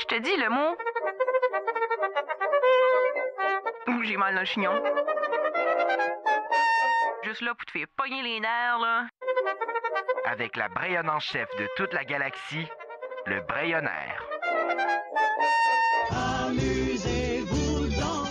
Je te dis le mot. Ouh, j'ai mal dans le chignon. Juste là pour te faire pogner les nerfs, là. Avec la Brayonne en chef de toute la galaxie, le Brayonnaire. Amusez-vous donc.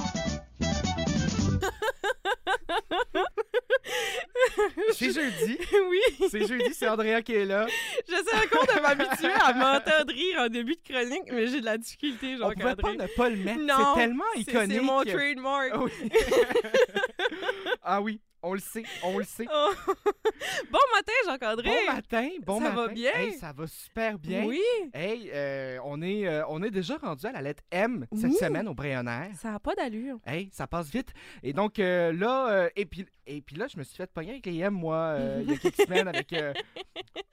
C'est jeudi. oui. C'est jeudi, c'est Andrea qui est là. J'essaie encore de m'habituer à m'entendre rire en début de chronique, mais j'ai de la difficulté, On pouvait pas Jean-Cadré. ne pas le mettre. Non, C'est tellement C'est- iconique. C'est mon trademark. Ah oui. ah oui, on le sait, on le sait. Oh. bon matin, Jean-Cadré. Bon matin, bon Ça matin. va bien? Hey, ça va super bien. Oui, Hey, euh, on, est, euh, on est déjà rendu à la lettre M cette Oui. semaine au Brayonnaire. ça n'a pas d'allure. Hey, ça passe vite. Et donc euh, là, euh, et, puis, et puis là, je me suis fait pogner avec les M, moi, euh, il y a quelques semaines avec. euh,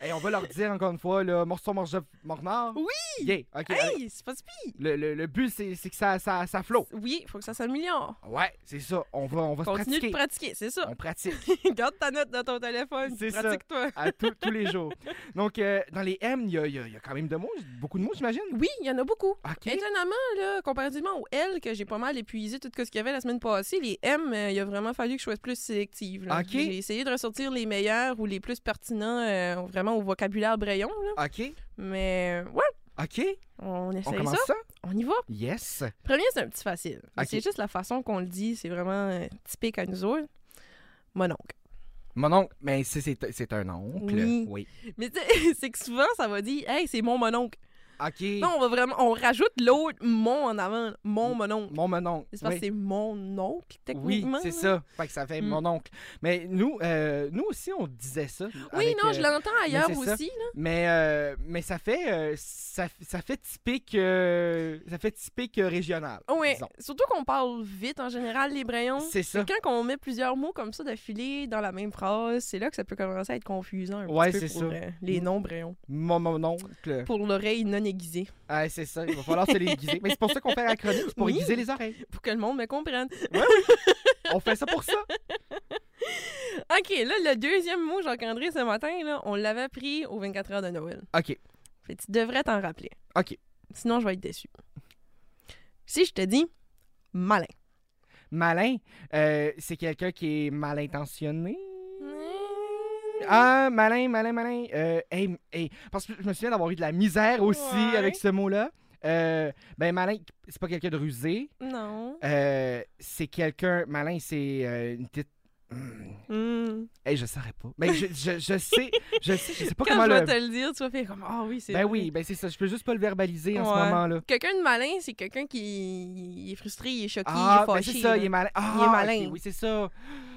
hey, on va leur dire encore une fois, là, morceau, morceau, mornard. Oui! Yeah, ok. allez. Hey, c'est pas si pire. Le, le- le but, c'est c'est que ça, ça, ça flotte. Oui, faut que ça s'améliore. Ouais, c'est ça. On va, on va se Continue pratiquer. de pratiquer, c'est ça. on pratique Garde ta note dans ton téléphone, C'est ça. pratique-toi. à tous- tous les jours. Donc, euh, dans les M, il y a, il y a- il y a quand même de mots, beaucoup de mots, j'imagine. Oui, il y en a beaucoup. OK. Étonnamment, là, comparativement aux L que j'ai pas mal épuisé tout ce qu'il y avait la semaine passée, les M, euh, il a vraiment fallu que je sois plus sélective. là. Ok. J'ai essayé de ressortir les meilleurs ou les plus pertinents euh, vraiment au vocabulaire brayon. là. OK. Mais euh, ouais, OK. on On essaye commence ça. ça? On y va. Yes. Premier, c'est un petit facile. Mais Ok. C'est juste la façon qu'on le dit. C'est vraiment euh, typique à nous autres. Mon oncle. Mon oncle, mais c'est- c'est c'est un oncle. Oui. Mais tu sais, c'est que souvent, ça va dire Hey, c'est mon mononcle. OK. Non, on va vraiment. On rajoute l'autre mon en avant. Mon mononcle. Mon monon. C'est parce oui. que c'est mon oncle, Oui, techniquement. c'est là. ça. Fait que ça fait Mm. mon oncle. Mais nous, euh, nous aussi, on disait ça. Oui, avec, non, euh, je l'entends ailleurs mais c'est ça. aussi. là. Mais, euh, mais ça fait euh, ça, ça fait typique euh, ça fait typique euh, régional. Oui, disons. surtout qu'on parle vite en général, les brayons. C'est ça. Quand on met plusieurs mots comme ça d'affilée dans la même phrase, c'est là que ça peut commencer à être confusant un Ouais, petit peu c'est pour ça. Mm. euh, les noms brayons. Mon, mon oncle. Pour l'oreille non aiguisée. Ah, c'est ça, il va falloir se l'aiguiser. Mais c'est pour ça qu'on fait la chronique, c'est pour Oui. aiguiser les oreilles. Pour que le monde me comprenne. On fait ça pour ça. OK, là, le deuxième mot, Jacques-André, ce matin, là, on l'avait pris aux 24 heures de Noël. OK. Fait que tu devrais t'en rappeler. OK. Sinon, je vais être déçu. Si je te dis malin. Malin, euh, c'est quelqu'un qui est mal intentionné. Mm. Ah, malin, malin, malin. Euh, hey, hey, parce que je me souviens d'avoir eu de la misère aussi Ouais. avec ce mot-là. Euh, ben, malin, c'est pas quelqu'un de rusé. Non. Euh, c'est quelqu'un. Malin, c'est euh, une petite. Hmm. Hmm. Hey, je saurais pas. Ben, je, je, je sais, je sais, je sais pas Quand comment je vais le. te le dire, tu vas faire comme Ah oui, c'est. Ben vrai. oui, ben c'est ça. Je peux juste pas le verbaliser en ce Ouais. moment-là. Quelqu'un de malin, c'est quelqu'un qui il est frustré, il est choqué, Ah, il est ben fâché. c'est ça, là. il est malin. Ah, Il est malin. ok, oui, c'est ça.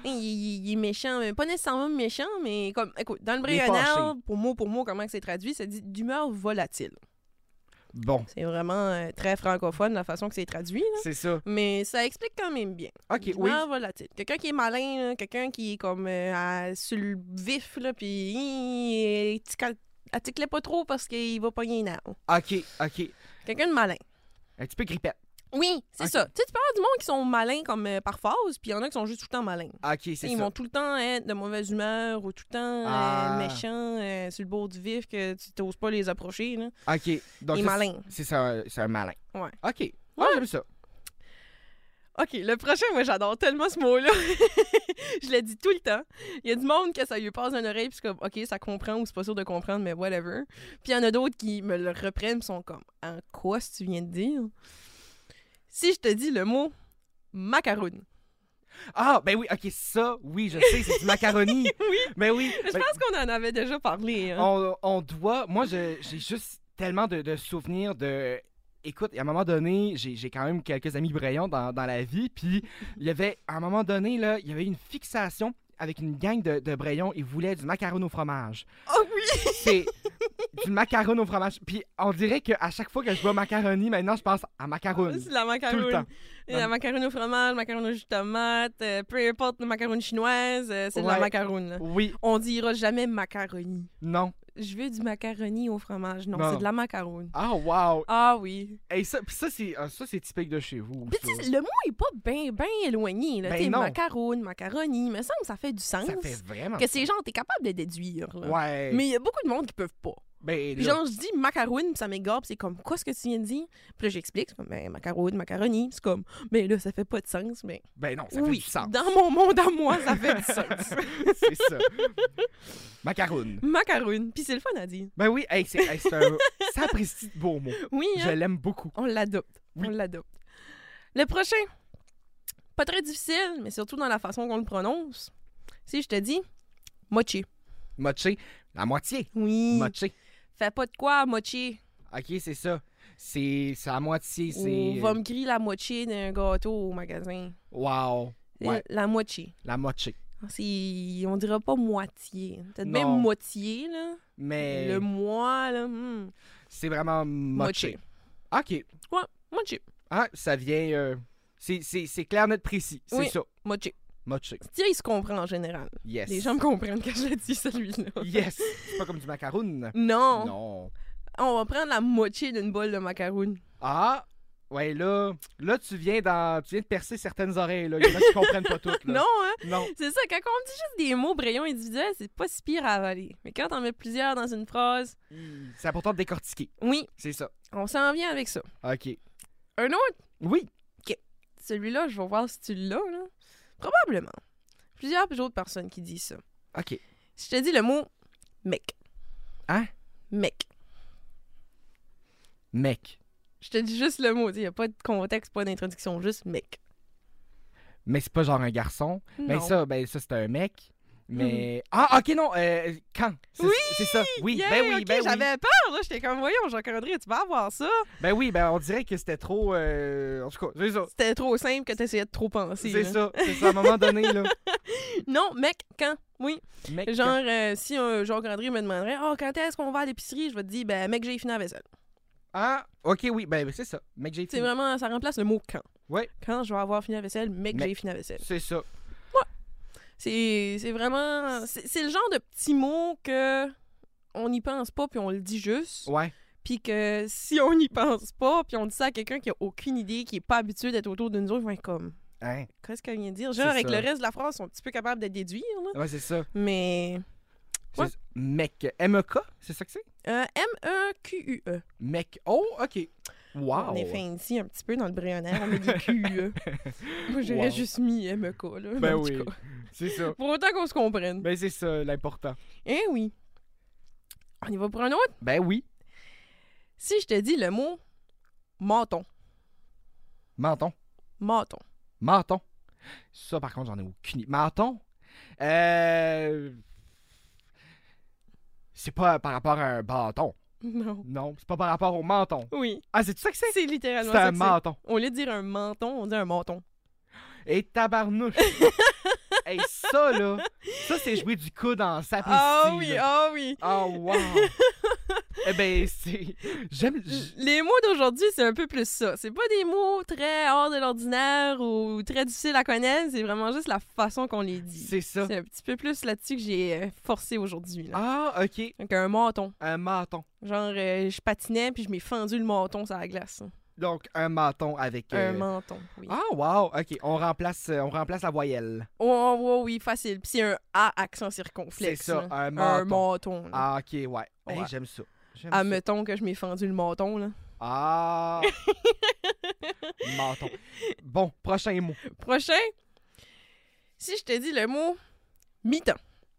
Il- il- il est méchant, mais pas nécessairement méchant, mais comme. Écoute, dans le Il est Brayonnard, pour mot pour mot, comment que c'est traduit, ça dit d'humeur volatile. Bon, C'est vraiment euh, très francophone la façon que c'est traduit, là. c'est ça. mais ça explique quand même bien. Ok, oui. D'humeur volatile. Quelqu'un qui est malin, là, quelqu'un qui est comme euh, à- sur le vif, là, puis il est- tica- attique-le pas trop parce qu'il va pogner une arme. Ok, ok. Quelqu'un de malin. Un petit peu grippette. Oui, c'est Ok. ça. Tu sais, tu peux avoir du monde qui sont malins comme euh, par phase, puis il y en a qui sont juste tout le temps malins. Ok, Tu sais, c'est Ils ça. vont tout le temps être de mauvaise humeur ou tout le temps euh, Ah. méchants, euh, sur le bord du vif, que tu t'oses pas les approcher. Là. Ok, donc. Ils ça, malins. c'est- C'est ça, c'est un malin. Ouais. Ok. Ouais, j'aime ça. OK, le prochain, moi, j'adore tellement ce mot-là. je le dis tout le temps. Il y a du monde que ça lui passe dans l'oreille, puis c'est comme, OK, ça comprend ou c'est pas sûr de comprendre, mais whatever. Puis il y en a d'autres qui me le reprennent, puis sont comme, En quoi si tu viens de dire? Si je te dis le mot macaroon. Ah, ben oui, ok, ça, oui, je sais, c'est du macaroni. Oui. Ben oui. Je ben, pense qu'on en avait déjà parlé. hein. on, on doit. Moi, je- j'ai juste tellement de, de souvenirs de. Écoute, à un moment donné, j'ai j'ai quand même quelques amis brayons dans, dans la vie, puis il y avait, à un moment donné, là, il y avait une fixation avec une gang de, de brayons, ils voulaient du macaron au fromage. Oh oui! C'est du macaron au fromage. Puis on dirait qu'à chaque fois que je vois macaroni, maintenant, je pense à macaron. Ah, C'est de la macaroon. Tout le temps. Et La macaroon au fromage, macaroon au jus de tomate, euh, peu importe, la macaroon chinoise, euh, c'est de la Ouais. macaroon. là. Oui, On dira jamais macaroni. non. Je veux du macaroni au fromage. Non, Non. c'est de la macaroon. Ah, wow. Ah oui. Hey, ça, puis ça, c'est ah, ça, c'est typique de chez vous. Puis ça. tu sais, le mot est pas bien ben éloigné. Là. Ben T'sais, non. macaroon, macaroni, me semble que ça fait du sens. Ça fait vraiment. Que ces gens, t'es capable de déduire. là. Ouais. Mais il y a beaucoup de monde qui peuvent pas. Ben, Puis là, genre, je dis macaroon, puis ça m'égare, puis c'est comme, quoi ce que tu viens de dire? Puis là, j'explique, c'est comme, ben, macaroon, macaroni, c'est comme, mais là, ça fait pas de sens, mais ben non, ça fait oui, du sens. dans mon monde à moi, ça fait du sens. c'est ça. Macaroon. macaroon, puis c'est le fun à dire. Ben oui, hey, c'est hey, c'est un sapristi de beau mot. Oui, hein? Je l'aime beaucoup. on l'adopte, Oui. on l'adopte. Le prochain, pas très difficile, mais surtout dans la façon qu'on le prononce, si je te dis, mochi. Moché, la moitié. Oui, Moché. fais pas de quoi, mochi. Ok, c'est ça. C'est c'est à moitié, On c'est... va me griller la moitié d'un gâteau au magasin. Wow. Ouais. La moitié. La moché. C'est- On dira pas moitié. Peut-être Non. même moitié, là. Mais Le moi, là. hmm. c'est vraiment moché. Ok. Ouais, moitié. Ah, ça vient... euh, c'est- C'est c'est clair, net, précis. C'est Oui. ça. Moitié. Moché. Thierry se comprend en général. Yes. Les gens me comprennent quand je le dis, celui-là. Yes. C'est pas comme du macaroon. Non. Non. On va prendre la moitié d'une boule de macaroon. Ah. Ouais, là, là, tu viens dans, tu viens de percer certaines oreilles, là. Il y en a qui comprennent pas toutes, là. Non, hein? Non. C'est ça, quand on dit juste des mots brillants individuels, c'est pas si pire à avaler. Mais quand on met plusieurs dans une phrase, C'est important de décortiquer. oui, C'est ça. on s'en vient avec ça. OK. Un autre. Oui. Celui-là, je vais voir si tu l'as. là. Probablement. Plusieurs autres personnes qui disent ça. OK. Si je te dis le mot mec. Hein? Mec. Mec. Je te dis juste le mot. Il n'y a pas de contexte, pas d'introduction, juste mec. Mais c'est pas genre un garçon. Mais Non. Mm. ça, ben ça, c'est un mec. Mais. Ah, OK, non. euh, quand? C'est- Oui! C'est ça. Oui, Yeah, ben oui, ok, ben oui. J'avais peur, là. J'étais comme, voyons, Jacques-André, tu vas avoir ça. Ben oui, ben on dirait que c'était trop. euh, En tout cas, c'est ça. C'était trop simple que tu essayais de trop penser. C'est là. ça. C'est ça, à un moment donné, là. Non, mec, quand? Oui. Mec. Genre, euh, si un Jacques-André me demanderait, oh, quand est-ce qu'on va à l'épicerie, je vais te dire, ben, mec, j'ai fini la vaisselle. Ah, OK, oui, ben c'est ça. Mec, j'ai C'est fini. vraiment, ça remplace le mot quand. Ouais. Quand je vais avoir fini la vaisselle, mec, Mec. j'ai fini la vaisselle. C'est ça. C'est c'est vraiment. C'est c'est le genre de petit mot que on n'y pense pas puis on le dit juste. Ouais. Puis que si on n'y pense pas puis on dit ça à quelqu'un qui a aucune idée, qui est pas habitué d'être autour de nous autres, ils vont être comme. Hein? Qu'est-ce qu'elle vient de dire? C'est Genre, avec ça. le reste de la France, ils sont un petit peu capables de déduire, là. Ouais, c'est ça. Mais. C'est- Ouais. Mec. M-E-K, c'est ça que c'est? euh, M-E-Q-U-E. Mec. Oh, OK. Wow. On est fin ici un petit peu dans le brionnaire, on met des Q-E. Moi, j'aurais Wow. juste mis M-E-K, là. mais Ben en tout oui. cas. C'est ça. Pour autant qu'on se comprenne. Ben c'est ça l'important. Eh oui. On y va pour un autre? Ben oui. Si je te dis le mot menton, Menton. menton. Menton. Ça, par contre, j'en ai aucune idée. Menton? Euh... C'est pas par rapport à un bâton. Non. Non, c'est pas par rapport au menton. Oui, Ah, c'est ça que c'est? c'est littéralement C'est ça. un que menton. c'est. Au lieu de dire un menton, on dit un menton. Et tabarnouche. hey, ça, là, ça, c'est jouer du coude en sapristi. Ah oui, là. ah oui. Oh, wow. eh ben, c'est... J'aime... j- Les mots d'aujourd'hui, c'est un peu plus ça. C'est pas des mots très hors de l'ordinaire ou très difficiles à connaître, c'est vraiment juste la façon qu'on les dit. C'est ça. C'est un petit peu plus là-dessus que j'ai euh, forcé aujourd'hui. là. Ah, OK. Donc un menton. Un menton. Genre, euh, je patinais puis je m'ai fendu le menton sur la glace. hein. Donc, un menton avec... Un euh, menton, oui. Ah, wow! OK, on remplace, euh, on remplace la voyelle. Oh, oh, oui, facile. Puis c'est un A accent circonflexe. C'est ça, là. un Un menton. menton. là. Ah, OK, ouais. Hey, Ouais. j'aime ça. J'aime Ah, ça. mettons que je m'ai fendu le menton, là. Ah! menton. Bon, prochain mot. Prochain, si je te dis le mot mi-temps.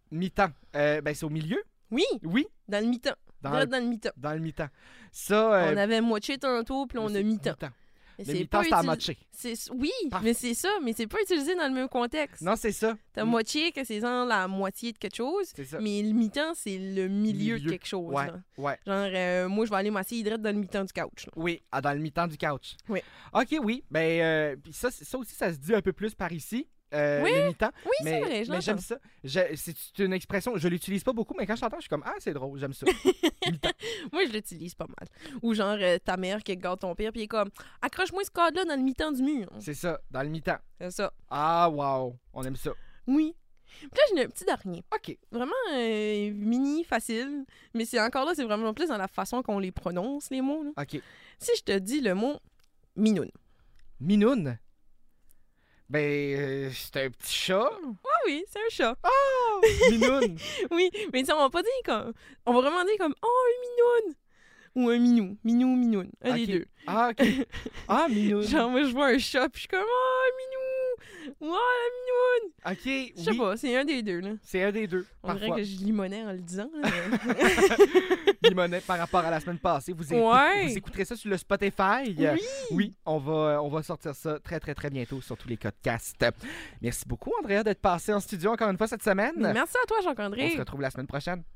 Mi-temps. Euh, ben, c'est au milieu? Oui, Oui, dans le mi-temps. dans, Direct le, dans le mi-temps. dans le mi-temps. Ça... euh, On avait moitié tantôt, puis on a c'est mi-temps. Mais Le c'est mi-temps, pas c'est à utilis- moitié. c'est- Oui, Parfait. mais c'est ça, mais c'est pas utilisé dans le même contexte. Non, c'est ça. T'as Mm. moitié que c'est genre la moitié de quelque chose, C'est ça. mais le mi-temps, c'est le milieu, de Milieu. quelque chose. Ouais, là. ouais. Genre, euh, moi, je vais aller m'asseoir direct dans le mi-temps du couch. là. Oui, ah, dans le mi-temps du couch. Oui. OK, oui. Ben, euh, puis ça, ça aussi, ça se dit un peu plus par ici. euh, Oui, le mi-temps. Oui, c'est mais, vrai, je mais j'aime l'entends. ça. Je- c'est une expression, je l'utilise pas beaucoup, mais quand je l'entends, je suis comme Ah, c'est drôle, j'aime ça. Mi-temps. Moi, je l'utilise pas mal. Ou genre, euh, ta mère qui garde ton père, puis il est comme, accroche-moi ce cadre-là dans le mi-temps du mur. c'est ça, dans le mi-temps. C'est ça. Ah, wow, on aime ça. Oui. Puis là, j'ai un petit dernier. OK. Vraiment euh, mini, facile. Mais c'est encore là, c'est vraiment plus dans la façon qu'on les prononce, les mots. là. OK. Si je te dis le mot minoune. Minoune. Ben, euh, c'est un petit chat. Ah oui, c'est un chat. Oh! Minoune! Oui, mais tu sais, on va pas dire comme. On va vraiment dire comme Oh, un minoune! Ou un minou. Minou ou minoune. Un Ok. des deux. Ah, ok. Ah, Minoune. Genre, moi, je vois un chat, puis je suis comme Oh, un minou! Ou Oh, la minoune! Ok, Je sais oui, pas, c'est un des deux, là. c'est un des deux. On parfois. dirait que je limonais en le disant. là, mais- Limonette par rapport à la semaine passée. Vous, écoutez- Ouais. vous écouterez ça sur le Spotify. Oui. Oui, on va, euh, on va sortir ça très, très, très bientôt sur tous les podcasts. Merci beaucoup, Andrea, d'être passé en studio encore une fois cette semaine. Mais Merci à toi, on se Jean-André. retrouve la semaine prochaine.